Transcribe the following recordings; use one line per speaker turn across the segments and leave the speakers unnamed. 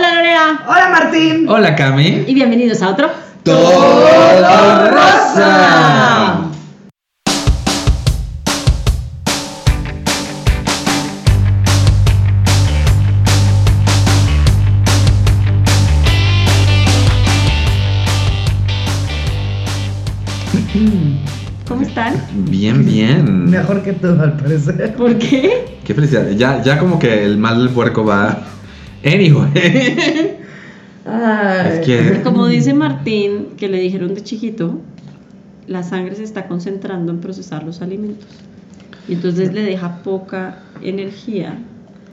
Herrera.
Hola Martín.
Hola Cami.
Y bienvenidos a otro.
Todo
rosa.
¿Cómo están?
Bien, bien.
Mejor que todo al parecer.
¿Por qué?
Qué felicidad. Ya, ya como que el mal del puerco va. Anyway.
Ay.
Es que-
Como dice Martín, que le dijeron de chiquito, la sangre se está concentrando en procesar los alimentos. Y entonces le deja poca energía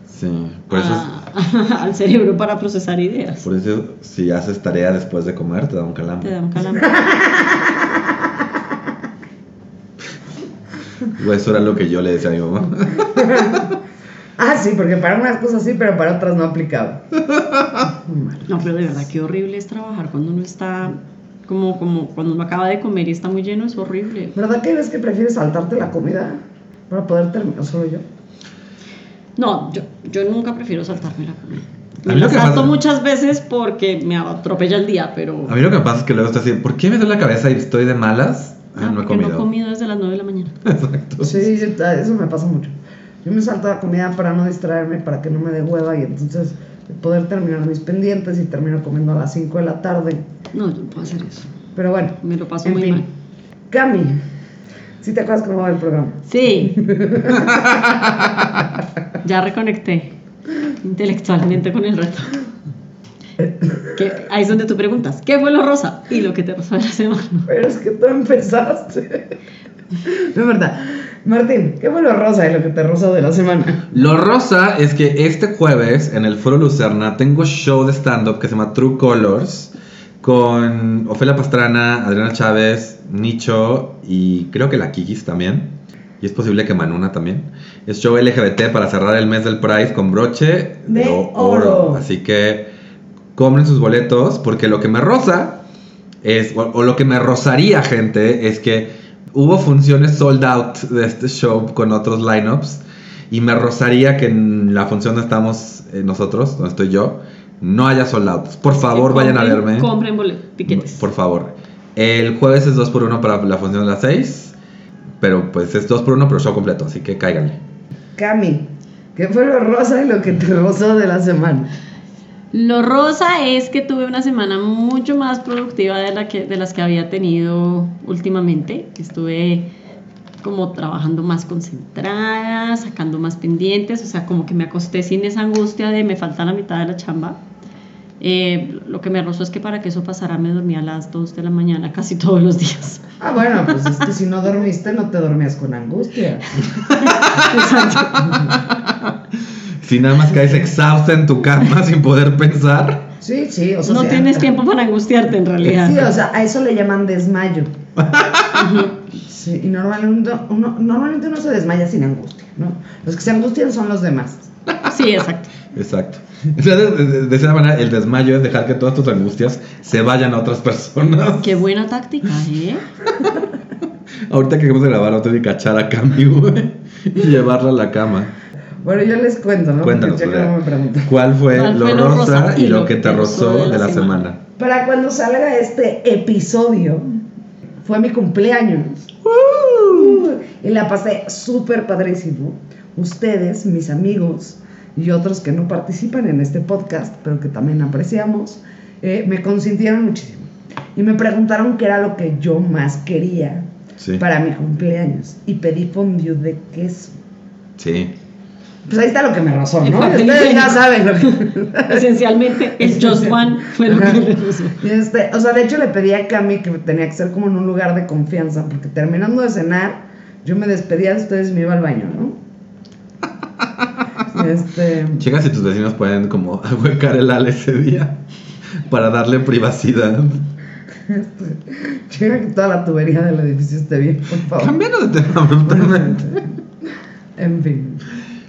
Sí. Por eso,
Ah.
es-
a- al cerebro para procesar ideas.
por eso si haces tarea después de comer, te da un
Te da
calambre.
un calambre.
Güey, Eso era lo que yo le decía a mi mamá.
Ah, sí, porque para unas cosas sí, pero para otras no aplicaba.
No, pero de verdad, qué horrible es trabajar cuando uno está como, como cuando uno acaba de comer y está muy lleno, es horrible.
¿Verdad que ves que prefieres saltarte la comida para poder terminar solo yo?
No, yo, yo nunca prefiero saltarme la comida.
A
Me
mí lo
la
que
salto
pasa-
muchas veces porque me atropella el día, pero
A mí lo que pasa es que luego estás así, ¿por qué me duele la cabeza y estoy de malas? Ah,
Ah,
no
porque
he comido.
no he comido desde las 9 de la mañana.
Exacto.
Sí, yo- ah, eso me pasa mucho. Yo me salto la comida para no distraerme, para que no me dé hueva y entonces poder terminar mis pendientes y termino comiendo a las 5 de la tarde.
No, yo no puedo hacer eso.
Pero bueno,
Me lo paso
En
muy
fin.
mal.
Cami, ¿sí te acuerdas cómo va el programa?
Sí. ya reconecté intelectualmente con el reto. Que- ahí es donde tú preguntas, ¿qué fue lo rosa? Y lo que te pasó en la semana.
Pero es que tú empezaste. No es verdad. Martín, ¿qué fue lo rosa y lo que te rosa de la semana?
Lo rosa es que este jueves en el Foro Lucerna tengo show de stand-up que se llama True Colors con Ofelia Pastrana, Adriana Chávez, Nicho y creo que la Kikis también. Y es posible que Manuna también. Es show LGBT para cerrar el mes del Pride con broche
De oro.
Así que compren sus boletos porque lo que me rosa es, o, o lo que me rozaría gente, es que hubo funciones sold out de este show con otros lineups y me rozaría que en la función donde estamos eh, nosotros, donde estoy yo, no haya sold out. Por favor,
Que
vayan a
compren-
verme.
Compren boletos, tiquetes.
Por favor. El jueves es 2x1 para la función de las 6. Pero pues es 2x1, pero show completo, así que cáiganle.
Cami, ¿qué fue lo rosa y lo que te rozó de la semana?
Lo rosa es que tuve una semana mucho más productiva de, la que, de las que había tenido últimamente. Estuve como trabajando más concentrada, sacando más pendientes, o sea, como que me acosté sin esa angustia de me falta la mitad de la chamba. Eh, lo que me rozó es que para que eso pasara me dormía a las 2 de la mañana casi todos los días.
Ah, bueno, pues es que si no dormiste, no te dormías con angustia.
Si nada más caes exhausta en tu cama sin poder pensar.
Sí, sí, o sea.
No
sí,
tienes
a-
tiempo para angustiarte en
Sí, o
realidad.
sea, a eso le llaman desmayo. Sí, y normalmente uno, uno- normalmente uno se desmaya sin angustia, ¿no? Los que se angustian son los demás.
Sí, exacto.
Exacto. Entonces, de, de- de esa manera, el desmayo es dejar que todas tus angustias se vayan a otras personas.
Qué buena táctica, ¿eh?
Ahorita que vamos a grabar, otro de cachar a Cami, güey, y llevarla a la cama.
Bueno, yo les cuento, ¿no? Porque
Cuéntanos,
ya que
Soledad.
no me preguntan.
¿Cuál fue
¿Cuál
lo
fue lo
rosa
rosa
y lo que te rozó de la
semana?
semana?
Para cuando salga este episodio, fue mi cumpleaños. Y la pasé súper padrísimo. Ustedes, mis amigos y otros que no participan en este podcast, pero que también apreciamos, eh, me consintieron muchísimo. Y me preguntaron qué era lo que yo más quería
Sí.
para mi cumpleaños. Y pedí fondue de queso.
Sí.
Pues ahí está lo que me rozó, ¿no?
Fondue de
Ustedes ya
queso.
saben lo que...
Esencialmente, el Just One fue lo que me rozó.
Este, o sea, de hecho le pedí a Cami que tenía que ser como en un lugar de confianza, porque terminando de cenar, yo me despedía de ustedes y me iba al baño, ¿no? Este,
Checa si tus vecinos pueden como ahuecar el ale ese día para darle privacidad.
llega que toda la tubería del edificio esté bien, por favor.
Cambiando de tema brutalmente.
En fin.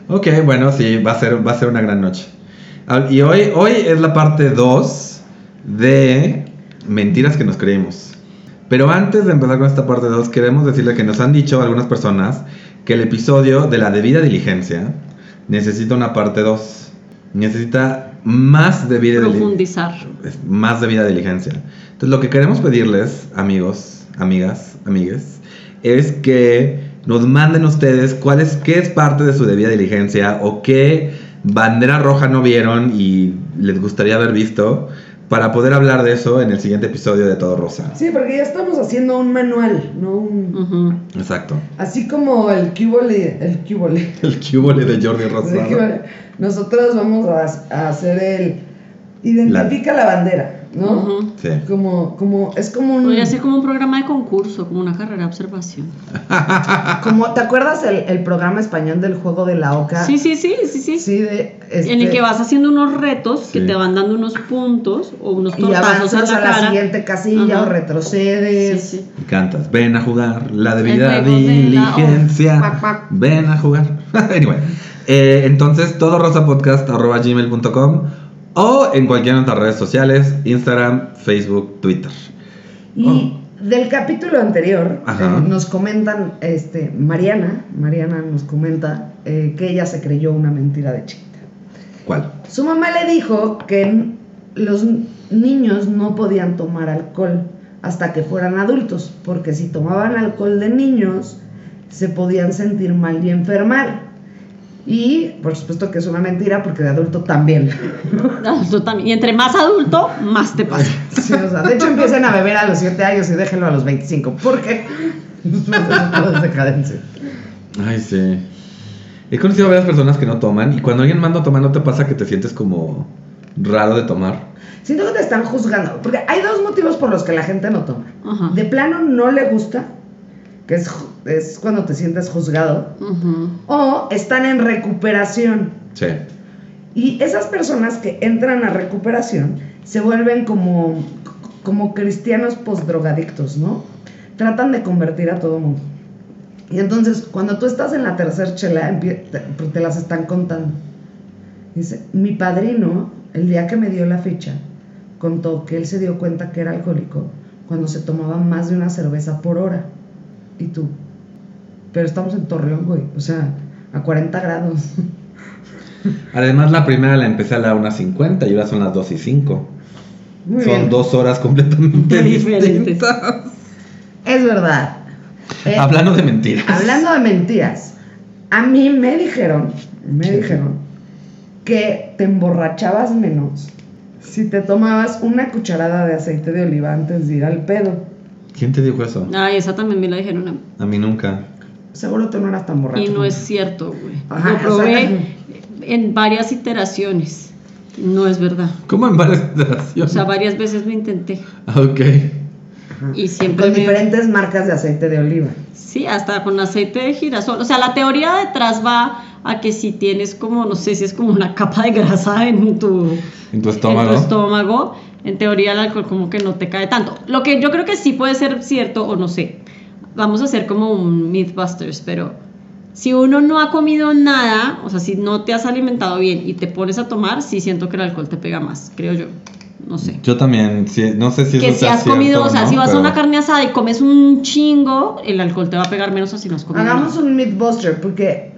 ok, bueno, sí, va a ser, va a ser una gran noche. Ah, Y hoy, hoy es la parte 2 de mentiras que nos creímos. Pero antes de empezar con esta parte 2, queremos decirle que nos han dicho algunas personas que el episodio de la debida diligencia necesita una parte 2. Necesita más de vida y dili-
profundizar.
es más de vida y diligencia. Entonces, lo que queremos pedirles, amigos, amigas, amigues, es que nos manden ustedes cuál es, qué es parte de su debida diligencia o qué bandera roja no vieron y les gustaría haber visto para poder hablar de eso en el siguiente episodio de Todo Rosa.
Sí, porque ya estamos haciendo un manual, no un...
Ujú.
Exacto.
Así como el cubole, el cubole.
El cubole de Jordi
el
Rosado.
cubole. Nosotros vamos a, a hacer el... Identifica la, bandera, ¿no?
Ujú.
Sí.
Como, como, es como un...
Podría ser como un programa de concurso, como una carrera de observación.
Como, ¿te acuerdas el, el programa español del juego de la oca?
Sí, sí, sí, sí, sí.
Sí, de, este,
En el que vas haciendo unos retos que
Sí.
te van dando unos puntos o unos
Y
tortazos en
avanzas
la
a la
cara.
siguiente casilla
Ajá.
o
Sí,
retrocedes.
sí.
Y cantas, ven a jugar la debida
El juego de la-
diligencia.
Cuac, cuac.
Ven a jugar. anyway. eh, entonces, todo rosapodcast.gmail.com o en cualquiera de nuestras redes sociales, Instagram, Facebook, Twitter.
Y del capítulo anterior
Ajá.
eh, nos comentan, este, Mariana, Mariana nos comenta eh, que ella se creyó una mentira de chiquita.
¿Cuál?
Su mamá le dijo que n- los n- niños no podían tomar alcohol hasta que fueran adultos, porque si tomaban alcohol de niños se podían sentir mal y enfermar. Y por supuesto que es una mentira porque de adulto también.
Adulto Ah, también. Y entre más adulto, más te pasa.
Sí, o sea, de hecho empiecen a beber a los 7 años y déjenlo a los 25, porque después de todo es decadencia.
Ay, sí. He conocido varias personas que no toman y cuando alguien más no toma, ¿no te pasa que te sientes como raro de tomar?
Siento que te están juzgando, porque hay dos motivos por los que la gente no toma.
Ajá.
De plano no le gusta, que es, ju- es cuando te sientes juzgado,
Ujú.
o están en recuperación.
Sí.
Y esas personas que entran a recuperación se vuelven como, como cristianos postdrogadictos, ¿no? Tratan de convertir a todo mundo. Y entonces, cuando tú estás en la tercera chela, empie- te, pues, te las están contando. Dice, mi padrino, el día que me dio la ficha, contó que él se dio cuenta que era alcohólico cuando se tomaba más de una cerveza por hora. Y tú, pero estamos en Torreón, güey, o sea, a 40 grados.
Además, la primera la empecé a la 1.50 y ahora son las 2 y 5.
Muy
son
bien.
dos horas completamente
Diferentes.
distintas.
Es verdad. Eh,
Hablando de mentiras.
hablando de mentiras, a mí me dijeron, me dijeron que te emborrachabas menos si te tomabas una cucharada de aceite de oliva antes de ir al pedo.
¿Quién te dijo eso?
Ay, esa también me la dijeron a mí.
A mí nunca.
Seguro tú no eras tan borracho.
Y no es cierto, güey.
Ajá,
Lo probé
o sea,
en varias iteraciones. No es verdad.
¿Cómo en varias
O
iteraciones?
sea, varias veces lo intenté.
Ah, ok.
Ajá.
Y siempre
Con
me-
diferentes marcas de aceite de oliva.
Sí, hasta con aceite de girasol. O sea, la teoría detrás va a que si tienes como, no sé si es como una capa de grasa en tu,
En tu estómago.
en tu estómago, en teoría el alcohol como que no te cae tanto. Lo que yo creo que sí puede ser cierto o no sé. Vamos a hacer como un Mythbusters, pero si uno no ha comido nada, o sea, si no te has alimentado bien y te pones a tomar, sí siento que el alcohol te pega más, creo yo. No sé
Yo también, sí, no sé si eso
que si
sea
has comido,
cierto,
o sea,
¿no?
si vas
Pero-
a una carne asada y comes un chingo, el alcohol te va a pegar menos así si no has comido.
Hagamos
nada.
un Mythbuster porque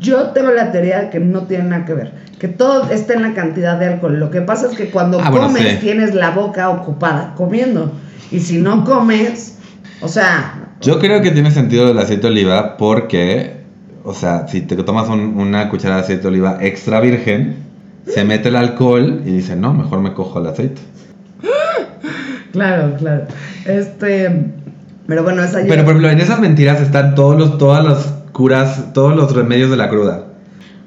yo tengo la teoría de que no tiene nada que ver. Que todo está en la cantidad de alcohol. Lo que pasa es que cuando
Ah, bueno,
comes
sí.
tienes la boca ocupada comiendo. Y si no comes, o sea,
Yo creo que tiene sentido el aceite de oliva porque, o sea, si te tomas un- una cucharada de aceite de oliva extra virgen, se mete el alcohol y dice, no, mejor me cojo el aceite.
claro, claro. Este, pero bueno, esa
Pero por ejemplo, en esas mentiras están todos los, todas las curas, todos los remedios de la cruda.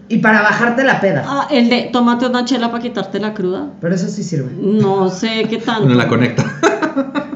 Y para bajarte la peda.
Ah, el de tómate una chela para quitarte la cruda.
Pero eso sí sirve.
No sé qué tanto.
Bueno, la conecta.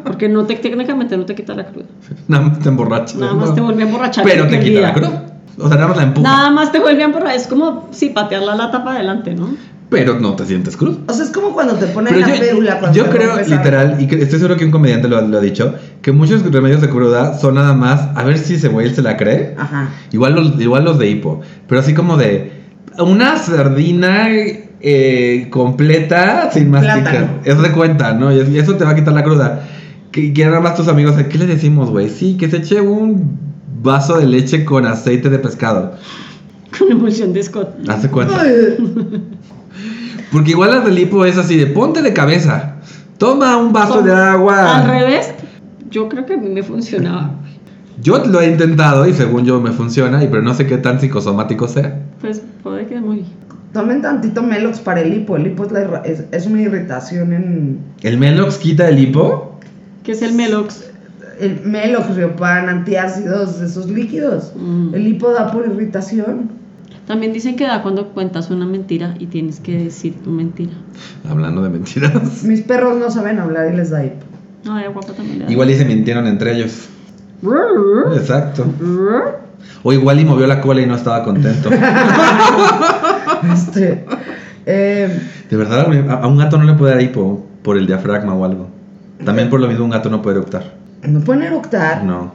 Porque no te, técnicamente no te quita la cruda.
Nada más te emborracha.
Nada más te vuelve a emborrachar.
Pero
y
te quita
olvida.
la cruda. O sea, nada más la empuja.
Nada más te vuelve a emborrachar. Es como si patear la lata para adelante, ¿no?
Pero no te sientes cruz.
O sea, es como cuando te ponen
Pero
la pédula.
yo,
Cuando
yo
te
creo,
rompes algo.
literal, y que- estoy seguro que un comediante lo, ha- lo ha dicho, que muchos remedios de cruda son nada más, a ver si ese güey se la cree,
Ajá.
igual los, igual los de hipo, pero así como de una sardina eh, completa sin masticar,
Plátano.
es de cuenta, ¿no? Y es- y eso te va a quitar la cruda. Que, que nada más tus amigos, ¿qué le decimos, güey? Sí, que se eche un vaso de leche con aceite de pescado.
Con emulsión de Scott.
Hace cuenta.
Ay,
Porque igual las del hipo es así de ponte de cabeza. Toma un vaso
Son-
de agua.
Al revés, yo creo que a mí me funcionaba.
Yo lo he intentado y según yo me funciona, y pero no sé qué tan psicosomático sea.
Pues puede que muy.
Tomen tantito Melox para el hipo. El hipo es, la irra- es- es una irritación en.
¿El Melox quita el hipo?
¿Qué es el Melox?
El Melox, Riopan, antiácidos, esos líquidos.
Mm.
El hipo da por irritación.
También dicen que da cuando cuentas una mentira y tienes que decir tu mentira.
Hablando de mentiras.
Mis perros no saben hablar y les da hipo.
No, de guapa también. le da.
Igual y se mintieron entre ellos.
Brr,
Exacto.
brr.
O igual y movió la cola y no estaba contento.
Este. eh,
De verdad, a- a un gato no le puede dar hipo por el diafragma o algo. También por lo mismo un gato no puede eructar.
no pueden eructar.
No.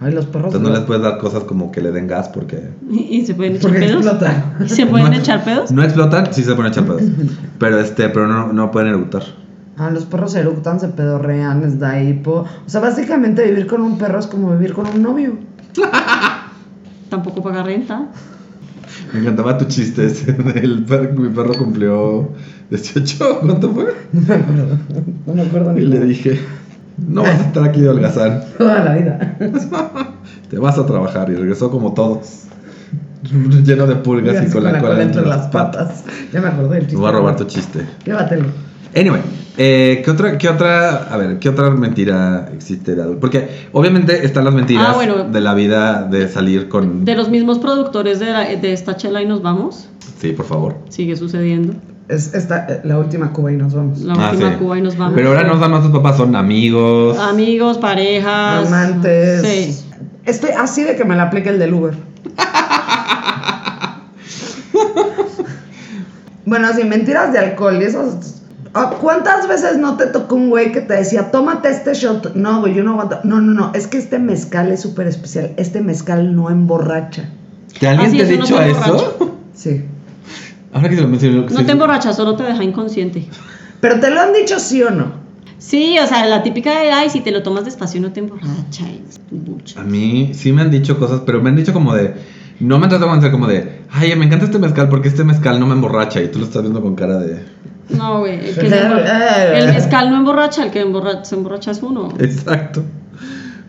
Ay, los perros.
Entonces no
no.
les puedes dar cosas como que le den gas porque...
¿Y, y se pueden echar
Porque
pedos?
explotan.
¿Y se pueden
No-
echar pedos?
No explotan, sí se ponen a echar pedos. Pero, este, pero no, no pueden eructar.
Ah, los perros eructan, se pedorrean, les da hipo. O sea, básicamente vivir con un perro es como vivir con un novio.
Tampoco paga renta.
Me encantaba tu chiste ese del perro. Mi perro cumplió 18, ¿cuánto fue?
No me acuerdo
Y
ni
le
de
dije, no vas a estar aquí de holgazán,
toda la vida.
te vas a trabajar. Y regresó como todos, lleno de pulgas y
Así
con la cola entre las patas.
Ya me acordé del chiste.
Te voy a robar tu chiste.
Llévatelo.
Anyway, eh, ¿qué, otra, ¿qué otra, a ver, qué otra mentira existe de adulto? Porque obviamente están las mentiras
Ah, bueno.
de la vida de salir con...
De los mismos productores de, la- de esta chela y nos vamos.
Sí, por favor.
Sigue sucediendo.
Es esta, eh, la última cuba y nos vamos.
La
Ah,
última
sí.
Cuba y nos vamos. Ah,
Pero ahora no son nuestros papás, son amigos.
Amigos, parejas.
Amantes.
Sí.
Estoy Este, así de que me la aplique el del Uber. bueno, sí, mentiras de alcohol y esas. ah, ¿Cuántas veces no te tocó un güey que te decía, tómate este shot? No, güey, yo no aguanto. No, no, no, es que este mezcal es súper especial. Este mezcal no emborracha.
¿Te alguien
Así
te ha
es, uno
dicho
se
eso?
Sí.
Ahora que se lo menciono.
No te emborrachas, solo te deja inconsciente.
Pero te lo han dicho sí o no.
Sí, o sea, la típica de, ay, si te lo tomas despacio no te emborracha.
Ah.
y bucha.
A mí sí me han dicho cosas, pero me han dicho como de. No me han tratado de convencer como de. Ay, me encanta este mezcal porque este mezcal no me emborracha. Y tú lo estás viendo con cara de.
No, güey. El, que se emborra- el mezcal no emborracha, el que emborra- se emborracha es uno.
Exacto.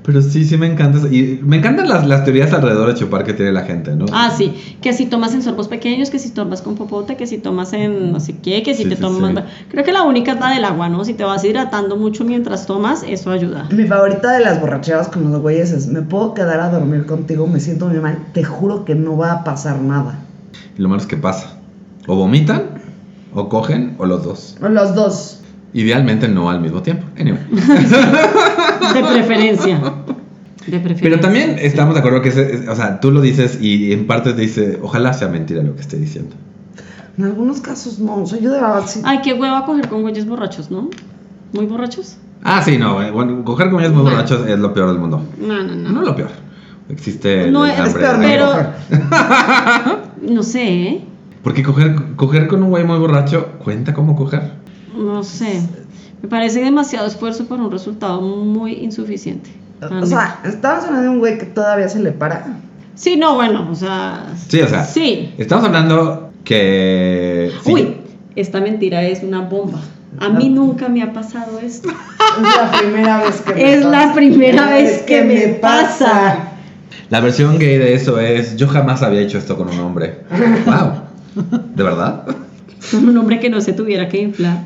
Pero sí, sí me encanta. eso. Y me encantan las, las teorías alrededor de chupar que tiene la gente, ¿no?
Ah, sí. Que si tomas en sorbos pequeños, que si tomas con popote, que si tomas en no sé qué, que si
Sí,
te
sí,
tomas...
sí.
Creo que la única es la del agua, ¿no? Si te vas hidratando mucho mientras tomas, eso ayuda.
Mi favorita de las borracheras con los güeyes es, me puedo quedar a dormir contigo, me siento muy mal, te juro que no va a pasar nada.
Y lo malo es que pasa. O vomitan, o cogen, o los dos.
Los dos.
Idealmente no al mismo tiempo. Anyway.
De preferencia. De preferencia.
Pero también estamos de acuerdo que, ese- es- o sea, tú lo dices y en parte te dice, ojalá sea mentira lo que esté diciendo.
En algunos casos no, o sea, yo de verdad sí.
Ay, qué hueva coger con güeyes borrachos, ¿no? ¿Muy borrachos?
Ah, sí, no. eh, Bueno, coger con ellos muy
No.
borrachos es lo peor del mundo.
No, no, no.
No lo peor. Existe
No,
el
es
hambre.
peor,
de
pero-
coger.
No sé, ¿eh?
Porque coger, coger con un güey muy borracho cuenta como coger.
No sé. Me parece demasiado esfuerzo por un resultado muy insuficiente.
O sea, estamos hablando de un güey que todavía se le para.
Sí, no, bueno, o sea.
Sí, o sea.
Sí.
Estamos hablando que... sí,
Uy, esta mentira es una bomba. A mí nunca me ha pasado esto.
Es la primera vez que me
Es la
pasa.
primera vez que me pasa.
La versión gay de eso es, yo jamás había hecho esto con un hombre. wow. ¿De verdad?
Con un hombre que no se tuviera que inflar.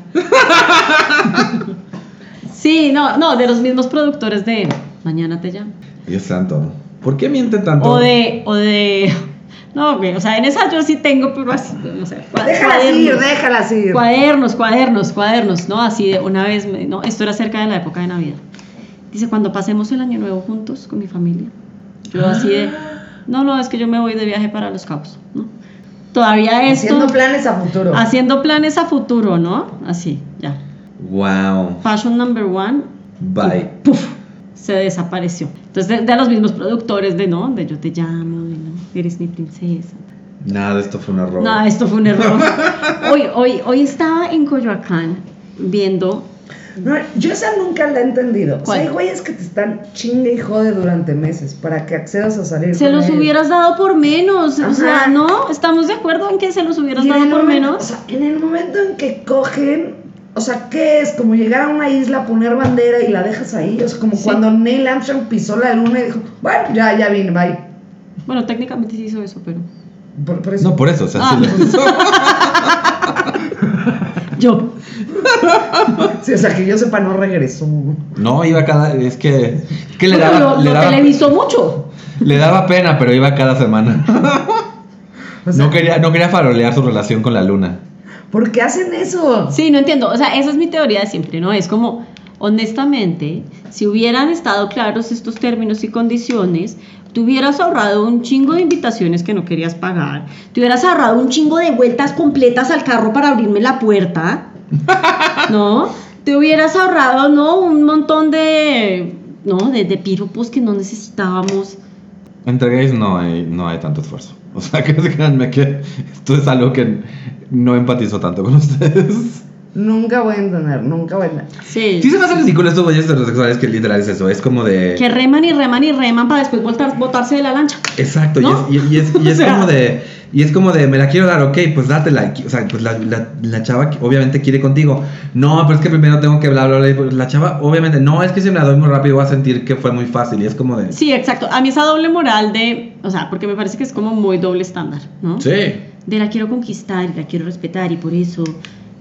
Sí, no, no, de los mismos productores de Mañana te llamo.
Dios santo. ¿Por qué miente tanto?
O de, o de. No, güey, o sea, en esa yo sí tengo, pero así, no sé. cua-
Déjala
cuadernos.
ir, déjala ir.
Cuadernos, cuadernos, cuadernos, ¿no? Así de una vez, me- no, esto era cerca de la época de Navidad. Dice, cuando pasemos el año nuevo juntos con mi familia. Yo así de, no, no, es que yo me voy de viaje para Los Cabos, ¿no? Todavía esto,
Haciendo planes a futuro.
haciendo planes a futuro, ¿no? Así, ya.
Wow.
Fashion number one,
Bye.
puff, se desapareció. Entonces, de, de los mismos productores de, ¿no? De yo te llamo, de, ¿no? eres mi princesa.
Nada, esto fue un error.
No, esto fue un error. Hoy, hoy, hoy estaba en Coyoacán viendo
No, yo esa nunca la he entendido. O sea,
¿Cuál?
hay güeyes que te están chingue y jode durante meses para que accedas a salir.
Se
con
los
él.
hubieras dado por menos. O
Ajá.
sea, ¿no? ¿Estamos de acuerdo en que se los hubieras
Y en
dado
el
por
momento- O
menos?
sea, en el momento en que cogen, o sea, ¿qué es? Como llegar a una isla, poner bandera y la dejas ahí. O sea, como
Sí.
cuando Neil Armstrong pisó la luna y dijo, bueno, ya, ya vine, bye.
Bueno, técnicamente sí hizo eso, pero.
Por, por eso.
No, por eso, o sea,
Ah.
sí lo hizo.
Yo.
Sí, o sea, que yo sepa, no regresó.
No, iba cada. Es que. que le
Bueno,
daba,
lo,
le,
lo
daba,
televisó mucho.
le daba pena, pero iba cada semana.
O sea,
No quería, no quería farolear su relación con la luna.
¿Por qué hacen eso?
Sí, no entiendo. O sea, esa es mi teoría de siempre, ¿no? Es como, honestamente, si hubieran estado claros estos términos y condiciones, te hubieras ahorrado un chingo de invitaciones que no querías pagar, te hubieras ahorrado un chingo de vueltas completas al carro para abrirme la puerta, ¿no? Te hubieras ahorrado, ¿no? Un montón de, ¿no? De, de piropos que no necesitábamos.
Entre gays no hay, no hay tanto esfuerzo. O sea, que créanme que esto es algo que no empatizo tanto con ustedes.
Nunca voy a entender, nunca voy a entender.
Sí.
Sí se me hacen ridículos estos güeyes heterosexuales que literal es eso. Es como de...
Que reman y reman y reman para después botar, botarse de la lancha.
Exacto, y
¿No?
es- y es, y es, y
O
es
sea.
como de, y es como de, me la quiero dar, ok, pues dátela, o sea, pues la, la, la chava que obviamente quiere contigo, no, pero es que primero tengo que bla, bla, bla, y pues la chava obviamente, no, es que si me la doy muy rápido voy a sentir que fue muy fácil, y es como de,
Sí, exacto. A mí esa doble moral de, o sea, porque me parece que es como muy doble estándar, ¿no?
sí,
De la quiero conquistar y la quiero respetar y por eso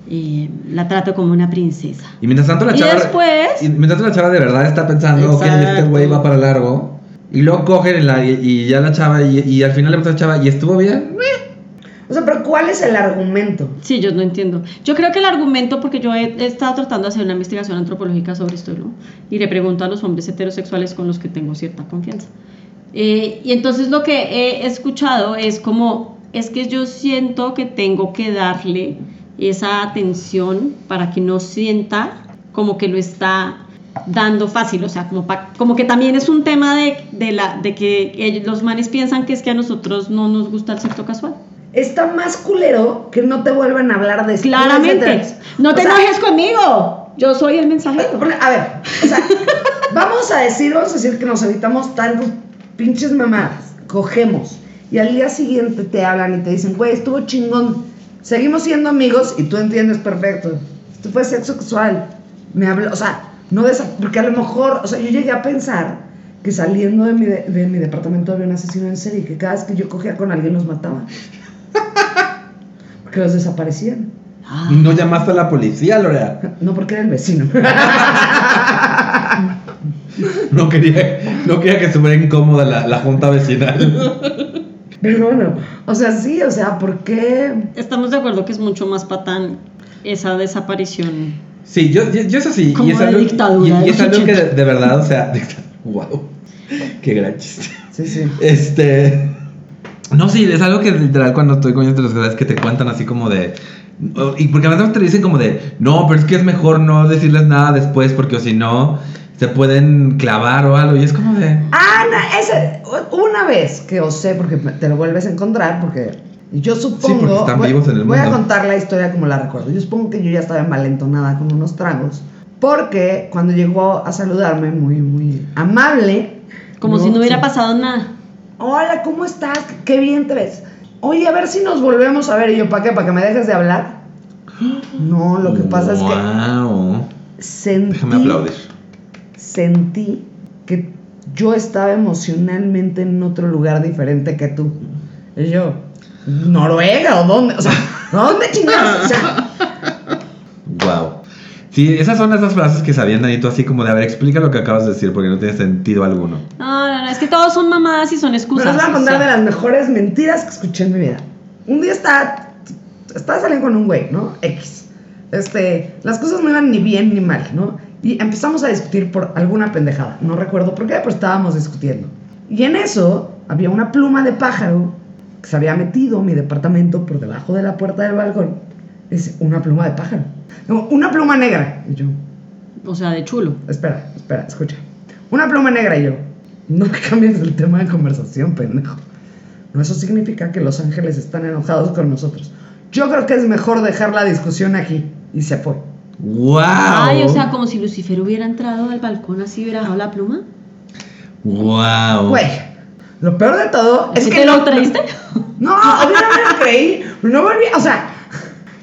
eh, la trato como una princesa.
y mientras tanto la
Y
chava,
después-
y mientras tanto la chava de verdad está pensando, ok, este
Exacto.
güey va para largo, y luego cogen la, y, y ya la chava, y, y al final le pregunta a la chava, ¿y estuvo bien?
O sea, pero ¿cuál es el argumento?
Sí, yo no entiendo. Yo creo que el argumento, porque yo he, he estado tratando de hacer una investigación antropológica sobre esto, ¿no? Y le pregunto a los hombres heterosexuales con los que tengo cierta confianza. Eh, y entonces lo que he escuchado es como, es que yo siento que tengo que darle esa atención para que no sienta como que lo está dando fácil, o sea, como, pa- como que también es un tema de, de la, de que ellos- los manes piensan que es que a nosotros no nos gusta el sexo casual.
Está más culero que no te vuelvan a hablar de
Pues Claramente. No te
O sea,
enojes conmigo. Yo soy el mensajero.
A ver, o sea, vamos a decir, vamos a decir que nos evitamos tantos pinches mamadas, cogemos, y al día siguiente te hablan y te dicen, güey, estuvo chingón, seguimos siendo amigos y tú entiendes perfecto, esto fue sexo sexual, me habló, o sea, no de esa- porque a lo mejor, o sea, yo llegué a pensar que saliendo de mi, de, de mi departamento había un asesino en serie, que cada vez que yo cogía con alguien los mataba, porque los desaparecían.
Ah,
No llamaste a la policía, Lorea,
No, porque era el vecino.
no quería, no quería que estuviera incómoda la, la junta vecinal.
Pero bueno, o sea, sí, o sea, ¿por qué?
Estamos de acuerdo que es mucho más patán esa desaparición.
Sí, yo, yo, yo eso sí.
Como
y es
de
algo,
dictadura
y- y
de los
es algo que de,
80.
de verdad, o sea, wow, qué gran chiste.
Sí, sí.
Este, no, sí, es algo que literal cuando estoy con los es que te cuentan así como de, oh, y porque además te dicen como de, no, pero es que es mejor no decirles nada después porque o si no se pueden clavar o algo y es como de,
Ah, no, ese, una vez que os sé, porque te lo vuelves a encontrar, porque yo supongo.
porque están
voy,
vivos en el
voy a
mundo.
contar la historia como la recuerdo. Yo supongo que yo ya estaba envalentonada con unos tragos, porque cuando llegó a saludarme, muy, muy amable.
Como si no hubiera
Sí.
pasado nada.
Hola, ¿cómo estás? Qué bien te ves. Oye, a ver si nos volvemos a ver. Y yo, ¿para qué? ¿Para que me dejes de hablar? No, lo que pasa es que
wow,
sentí.
déjame aplaudir.
sentí que yo estaba emocionalmente en otro lugar diferente que tú. Y yo, Noruega o dónde, o sea, ¿a dónde chingados? O sea,
Wow. Sí, esas son esas frases que sabían Danito así como de, a ver, explica lo que acabas de decir porque no tiene sentido alguno.
No, no, no, es que todos son mamadas y son
me
excusas.
las voy a
o
contar
sea.
de las mejores mentiras que escuché en mi vida. Un día estaba, estaba saliendo con un güey, ¿no? X. Este, las cosas no iban ni bien ni mal, ¿no? Y empezamos a discutir por alguna pendejada. No recuerdo por qué, pero estábamos discutiendo. Y en eso había una pluma de pájaro que se había metido en mi departamento por debajo de la puerta del balcón. Dice, una pluma de pájaro. No, una pluma negra. Y yo,
O sea, de chulo.
espera, espera, escucha. Una pluma negra y yo. No me cambies el tema de conversación, pendejo. No, eso significa que los ángeles están enojados con nosotros. Yo creo que es mejor dejar la discusión aquí. Y se fue.
¡Wow!
Ay, o sea, como si Lucifer hubiera entrado al balcón así y hubiera dejado la pluma.
¡Wow!
Güey, lo peor de todo es
¿Sí
que.
te
no-
lo creíste?
No, yo no me lo creí. No volví, o sea,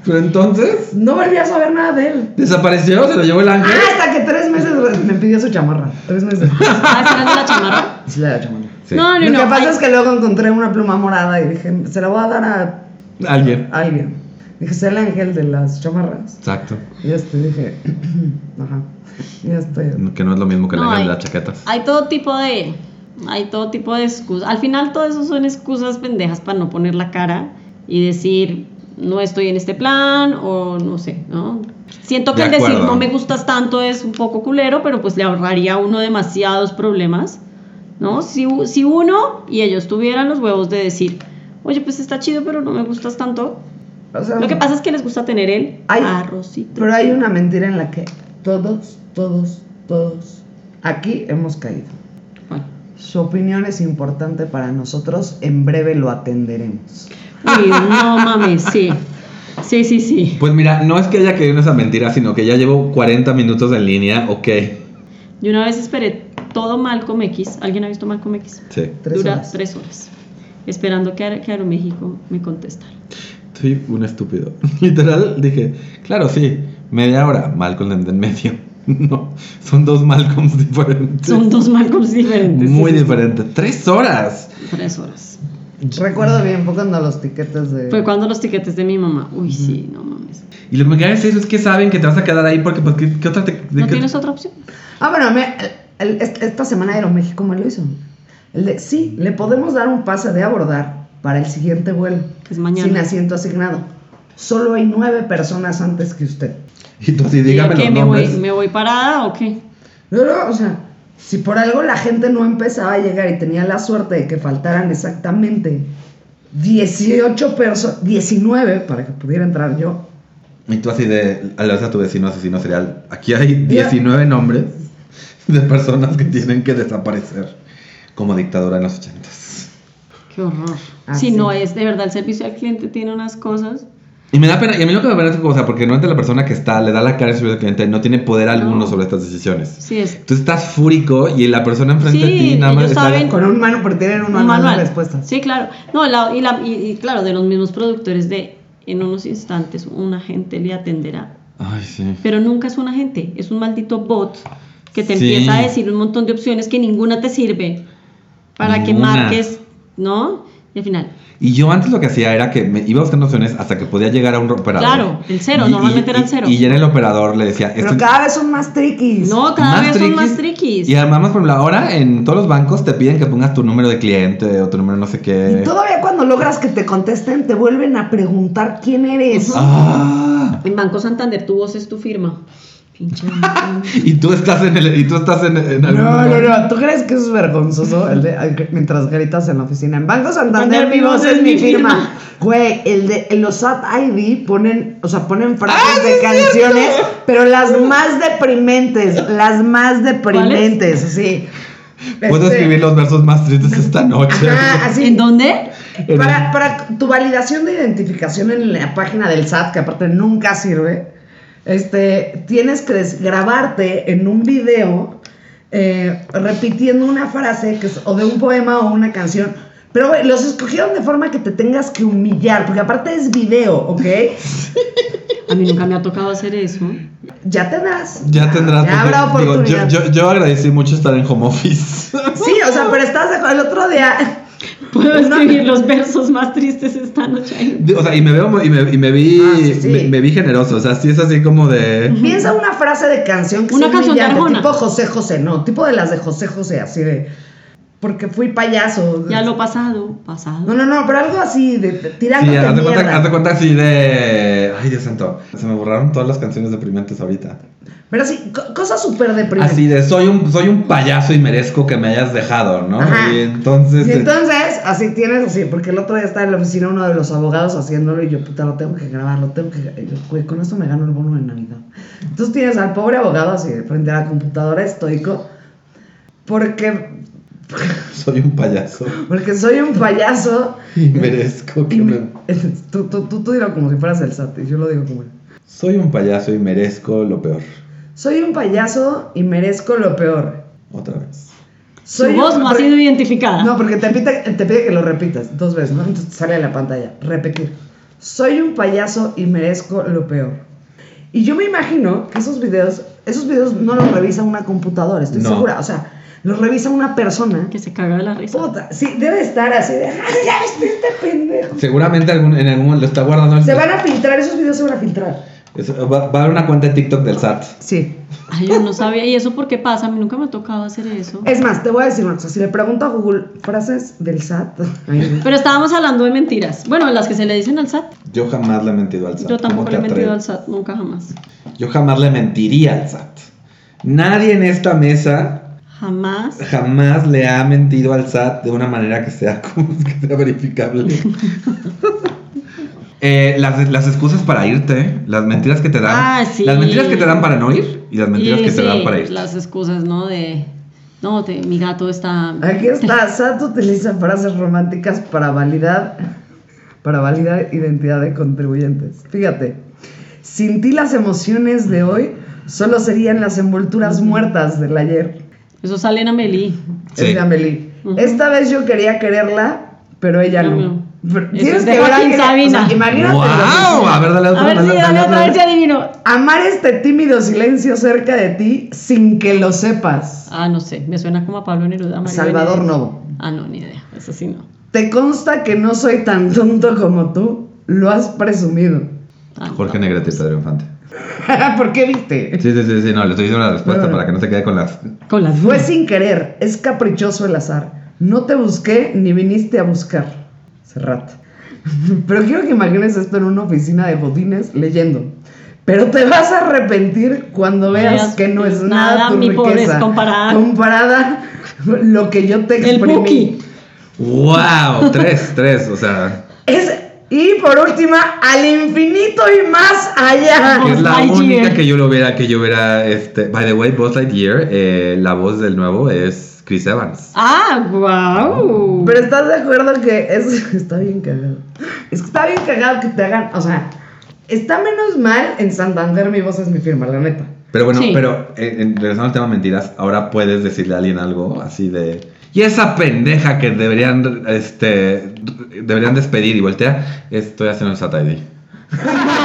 Pero entonces,
no volví a saber nada de él.
¿desapareció? ¿Se lo llevó el
Ah,
ángel?
hasta que tres meses re- me pidió su chamarra. Tres meses.
¿Estaba Ah, esperando la chamarra?
Sí, la chamarra.
Sí.
No, no,
Lo
no.
que pasa
ay,
es que luego encontré una pluma morada y dije, se la voy a dar a
Alguien.
alguien. Dije, es el ángel de las chamarras.
Exacto.
Y este dije, ajá. Y este.
Que no es lo mismo que el
No,
ángel
ay.
de las chaquetas.
Hay todo tipo de. Hay todo tipo de excusas. Al final, todo eso son excusas pendejas para no poner la cara y decir, no estoy en este plan o no sé, ¿no? Siento que
De
el decir
acuerdo.
no me gustas tanto es un poco culero, pero pues le ahorraría a uno demasiados problemas, ¿no? Si, u- si uno y ellos tuvieran los huevos de decir, oye, pues está chido, pero no me gustas tanto.
O sea,
Lo que pasa es que les gusta tener el
Ay,
arrocito.
Pero hay una mentira en la que todos, todos, todos aquí hemos caído.
Bueno.
Su opinión es importante para nosotros, en breve lo atenderemos.
Uy, no mames, sí. Sí, sí, sí.
Pues mira, no es que haya caído en esa mentira, sino que ya llevo 40 minutos en línea, ok.
Yo una vez esperé todo Malcolm X. ¿Alguien ha visto Malcolm X?
Sí.
Tres
Dura
horas.
tres horas. Esperando que, Aer- que Aeroméxico me contestara.
Soy un estúpido. Literal, dije, claro, sí, media hora, Malcolm en en medio. No, son dos Malcolms diferentes.
Son dos Malcolms diferentes.
Muy
sí, sí,
diferentes. Tres horas.
sí. Tres horas.
Recuerdo bien, fue cuando los tiquetes de...
Fue cuando los tiquetes de mi mamá. Uy, sí, no mames.
Y lo que me cae es eso, es que saben que te vas a quedar ahí porque, pues, ¿qué, qué otra te- de
¿No
qué-
tienes otra opción?
Ah, bueno, me- el- el- est- esta semana Aeroméxico me lo hizo. El de, sí, le podemos dar un pase de abordar para el siguiente vuelo.
Es mañana.
Sin asiento asignado. Solo hay nueve personas antes que usted.
Y tú así,
¿Y yo
dígame
qué,
los
¿me voy,
nombres.
¿Me voy parada o qué?
No, no, o sea, si por algo la gente no empezaba a llegar y tenía la suerte de que faltaran exactamente 18 personas, 19 para que pudiera entrar yo.
Y tú así de, le vas a tu vecino asesino serial. Aquí hay 19 nombres de personas que tienen que desaparecer como dictadura en los 80s.
Qué horror.
Ah,
si
sí.
no es, de verdad, el servicio al cliente tiene unas cosas.
Y me da pena, y a mí lo que me parece, o sea, porque normalmente la persona que está, le da la cara a su cliente, no tiene poder alguno
No.
sobre estas decisiones.
Sí, es.
Tú estás fúrico y la persona enfrente de
Sí,
ti nada más
ellos
está...
saben.
Con un mano, porque tienen un manual, de respuestas.
Sí, claro. No, la- y, la- y- y claro, de los mismos productores de en unos instantes un agente le atenderá.
Ay, sí.
Pero nunca es un agente, es un maldito bot que te
Sí.
empieza a decir un montón de opciones que ninguna te sirve para que
Ninguna.
marques, ¿no? Y al final,
Y yo antes lo que hacía era que me iba buscando opciones hasta que podía llegar a un operador.
Claro, el cero, normalmente era el cero.
Y, ya en el operador le decía...
Pero
esto-
cada vez son más triquis.
no, cada vez son
triquis.
más triquis.
Y además, por ejemplo, ahora en todos los bancos te piden que pongas tu número de cliente o tu número no sé qué.
Y todavía cuando logras que te contesten, te vuelven a preguntar quién eres.
¡Ah!
En Banco Santander tu voz es tu firma. Pinche banco.
Y tú estás en el... Y tú estás en, en algún
No, no,
lugar.
no. ¿Tú crees que eso es vergonzoso? El de, ay, mientras gritas en la oficina. En Banco Santander
Santander,
mi voz es mi firma. Güey, el de en los SAT ID ponen, o sea, ponen frases de canciones, pero las más deprimentes, las más deprimentes, sí.
Puedo
Este,
escribir los versos más tristes esta noche.
Ajá, así.
¿En dónde?
En
Para, para tu validación de identificación en la página del SAT, que aparte nunca sirve, este, tienes que des- grabarte en un video eh, repitiendo una frase que es o de un poema o una canción. Pero güey, los escogieron de forma que te tengas que humillar, porque aparte es video, ¿ok?
A mí nunca me ha tocado hacer eso.
Ya tendrás.
Ya tendrás.
Ya habrá
porque, digo,
oportunidad.
yo, yo, yo agradecí mucho estar en home office.
Sí, o sea, pero estás de acuerdo. El otro día.
Puedo
No.
escribir los versos más tristes esta noche.
o sea, y me veo muy- y me, y me vi
Ah, sí, sí.
Me, me vi generoso. O sea, sí es así como de.
Piensa una frase de canción que
Una
sea
canción de
humillante,
Arjona.
tipo José José, no, tipo de las de José José, así de porque fui payaso.
Ya lo pasado, pasado.
No, no, no, pero algo así de, de
Sí,
tirándote
haz de cuenta,
mierda.
haz de cuenta así de. Ay, Dios santo. Se me borraron todas las canciones deprimentes ahorita.
Pero sí, co- cosas súper deprimentes.
Así de soy un, soy un payaso y merezco que me hayas dejado, ¿no?
Ajá.
Y entonces.
Y
eh,
entonces, así tienes, así, porque el otro día estaba en la oficina uno de los abogados haciéndolo y yo, puta, lo tengo que grabar, lo tengo que. y yo, güey, con esto me gano el bono de Navidad. Entonces tienes al pobre abogado así frente a la computadora estoico, porque,
soy un payaso
porque soy un payaso.
y merezco que
Y
me.
pues, me- tú, tú, tú, tú dilo como si fueras el SAT y yo lo digo como
Soy un payaso y merezco lo peor.
Soy un payaso y merezco lo peor.
Otra vez.
Su
Soy
voz
un-
no ha sido identificada.
No, porque te pide, te pide que lo repitas dos veces, ¿no? Entonces te sale a la pantalla, repetir. Soy un payaso y merezco lo peor. Y yo me imagino que esos videos, esos videos no los revisa una computadora, estoy
No.
segura. O sea, los revisa una persona.
Que se caga de la risa.
Puta, sí, debe estar así de, "Ay, ya viste este pendejo.
Seguramente algún- en algún lo está guardando. el-
Se van a filtrar, esos videos se van a filtrar.
Es- va, va a haber una cuenta de TikTok del SAT.
Sí.
Ay, yo no sabía. ¿Y eso por qué pasa? A mí nunca me ha tocado hacer eso.
Es más, te voy a decir una cosa. Si le pregunto a Google frases del SAT, ay,
Pero estábamos hablando de mentiras. Bueno, las que se le dicen al SAT.
Yo jamás le he mentido al SAT.
Yo
¿Cómo
tampoco
te
le he mentido al
atreves?
SAT, nunca jamás.
Yo jamás le mentiría al SAT. Nadie en esta mesa
Jamás.
jamás le ha mentido al SAT de una manera que sea, como que sea verificable. Eh, las, las excusas para irte, ¿eh? las mentiras que te dan.
Ah, sí.
Las mentiras que te dan para no ir y las mentiras
Y
que te dan
sí,
para irte.
Las excusas, ¿no? De. No, te- mi gato está.
Aquí está, SAT utiliza frases románticas para validar, para validar identidad de contribuyentes. Fíjate, sin ti las emociones de hoy solo serían las envolturas muertas del ayer.
Eso sale en Amelie.
Sí.
Es de Amelie.
Ujú.
Esta vez yo quería quererla, pero ella
No,
no.
no.
Pero
Eso
Tienes
es de
que ver a
Joaquín
alguien- o sea,
Sabina.
imagínate. lo que-
¡Wow! A ver, dale
A
otra,
ver si,
dale
dale
otra, dale
otra
otra.
vez si adivino.
Amar este tímido silencio cerca de ti sin que lo sepas.
Ah, no sé. Me suena como a Pablo Neruda. María
Salvador
Benedetti.
Novo.
Ah, no, ni idea. Eso sí no.
¿Te consta que no soy tan tonto como tú? Lo has presumido.
Ah, no.
Jorge Negrete y Pedro Infante.
¿Por qué viste?
Sí, sí, sí, sí, no, le estoy diciendo la respuesta
Bueno.
para que no se quede con las.
Con las
Fue
dudas.
sin querer, es caprichoso el azar. No te busqué ni viniste a buscar. Cerrat. Pero quiero que imagines esto en una oficina de bodines leyendo. Pero te vas a arrepentir cuando veas,
Veas
que no es
que
nada,
nada,
tu
mi pobreza,
riqueza.
comparada-
comparada lo que yo te
El
exprimí.
Buki.
¡Wow! Tres, tres, o sea.
Es, y por última, al infinito y más allá.
que es la
Lightyear.
única que yo lo verá, que yo verá. Este, by the way, Buzz Lightyear, eh, la voz del nuevo es Chris Evans.
Ah, wow.
Pero estás de acuerdo que es, está bien cagado. Es que está bien cagado que te hagan, o sea, está menos mal en Santander mi voz es mi firma, la neta.
Pero bueno,
Sí.
pero eh, en- regresando al tema mentiras, ahora puedes decirle a alguien algo así de. Y esa pendeja que deberían, este, deberían despedir y voltea, estoy haciendo un SAT ID.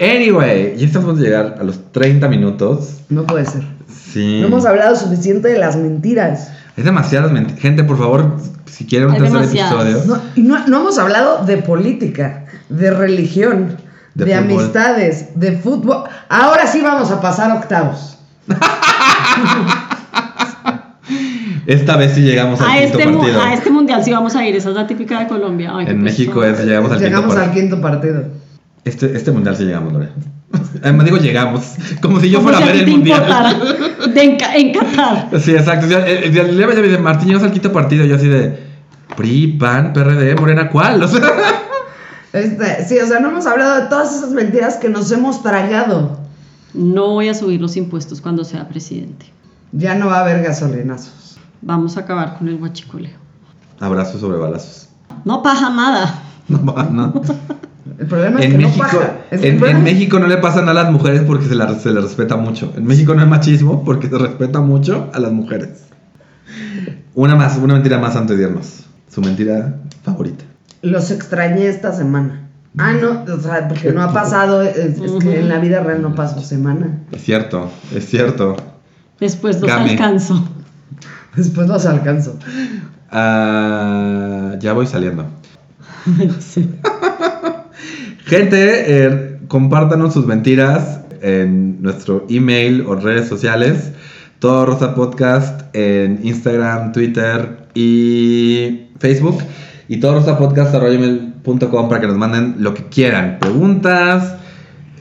Anyway, ya estamos a llegar a los 30 minutos.
No puede ser.
Sí.
No hemos hablado suficiente de las mentiras.
Es demasiadas mentiras. Gente, por favor, si quieren un
Hay
tercer
demasiadas.
episodio.
No, y no, no hemos hablado de política, de religión,
De
de,
fútbol.
amistades, de fútbol. Ahora sí vamos a pasar octavos.
Esta vez sí llegamos al
a,
quinto
este mu-
partido.
a este mundial sí vamos a ir. Esa es la típica de Colombia. Ay, qué
En México
pesar.
es llegamos al
Llegamos
quinto
al
partido.
quinto partido.
Este, este mundial sí llegamos, Lore. Además digo llegamos, como si yo
Como
fuera a
si
ver
ti
el
te
mundial.
importara de en, Ca- en Qatar.
Sí, exacto. Ya, eh, ya, ya me dice, Martín, llegamos al quinto partido. Yo así de PRI, PAN, PRD, Morena, ¿cuál? O sea,
Este, sí, o sea, no hemos hablado de todas esas mentiras que nos hemos tragado.
No voy a subir los impuestos cuando sea presidente.
Ya no va a haber gasolinazos.
Vamos a acabar con el guachicoleo.
abrazos sobre balazos.
No pajamada.
No, no.
El problema es
En
que
México,
no paga. Es que el
en, en
problema-
México no le pasa nada a las mujeres porque se las se les respeta mucho. En México no hay machismo porque se respeta mucho a las mujeres. Una más, una mentira más antes de irnos. Su mentira favorita.
Los extrañé esta semana. Ah, no, o sea, porque no ha pasado. Es, es
Ujú.
que en la vida real no pasó semana.
Es cierto, es cierto.
Después los
Game.
alcanzo.
Después los alcanzo.
Ah, ya voy saliendo.
Sí.
Gente, eh, compártanos sus mentiras en nuestro email o redes sociales. Todo Rosa Podcast en Instagram, Twitter y Facebook. Y todo Rosa Podcast para que nos manden lo que quieran. Preguntas,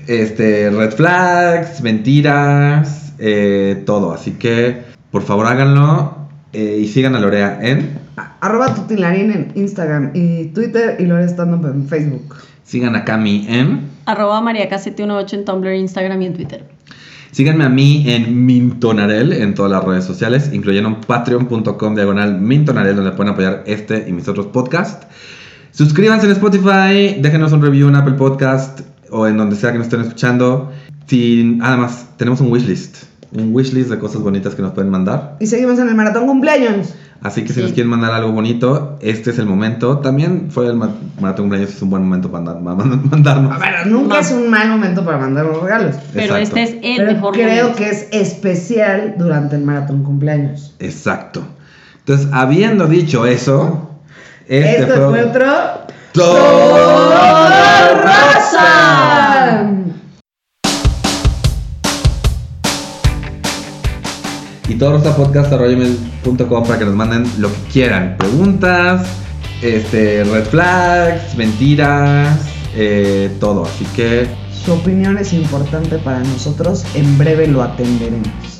este, red flags, mentiras, eh, todo. Así que, por favor, háganlo eh, y sigan a Lorea en.
A- Arroba tutilarín en Instagram y Twitter y Lore Stand Up en Facebook.
Sigan a Cami en.
Arroba mariaca718 en Tumblr, Instagram y en Twitter.
Síganme a mí en Mintonarel en todas las redes sociales, incluyendo en patreon.com diagonal Mintonarel, donde pueden apoyar este y mis otros podcasts. Suscríbanse en Spotify, déjenos un review en Apple Podcast o en donde sea que nos estén escuchando. Sin, además, tenemos un wishlist. Un wishlist de cosas bonitas que nos pueden mandar.
Y seguimos en el maratón cumpleaños.
Así que si
Sí.
nos quieren mandar algo bonito, este es el momento. También fue el ma- maratón cumpleaños, es un buen momento para mandar- ma- mandarnos.
A ver, nunca
Ma-
es un mal momento para mandar los regalos.
Pero
Exacto.
este es el
pero
mejor
creo
momento.
que es especial durante el maratón cumpleaños.
Exacto. Entonces, habiendo dicho eso, este
Esto
fue
fue otro
Todo
Rosa.
y todo podcast.com para que nos manden lo que quieran. Preguntas, este, red flags, mentiras, eh, todo. Así que
Su opinión es importante para nosotros. En breve lo atenderemos.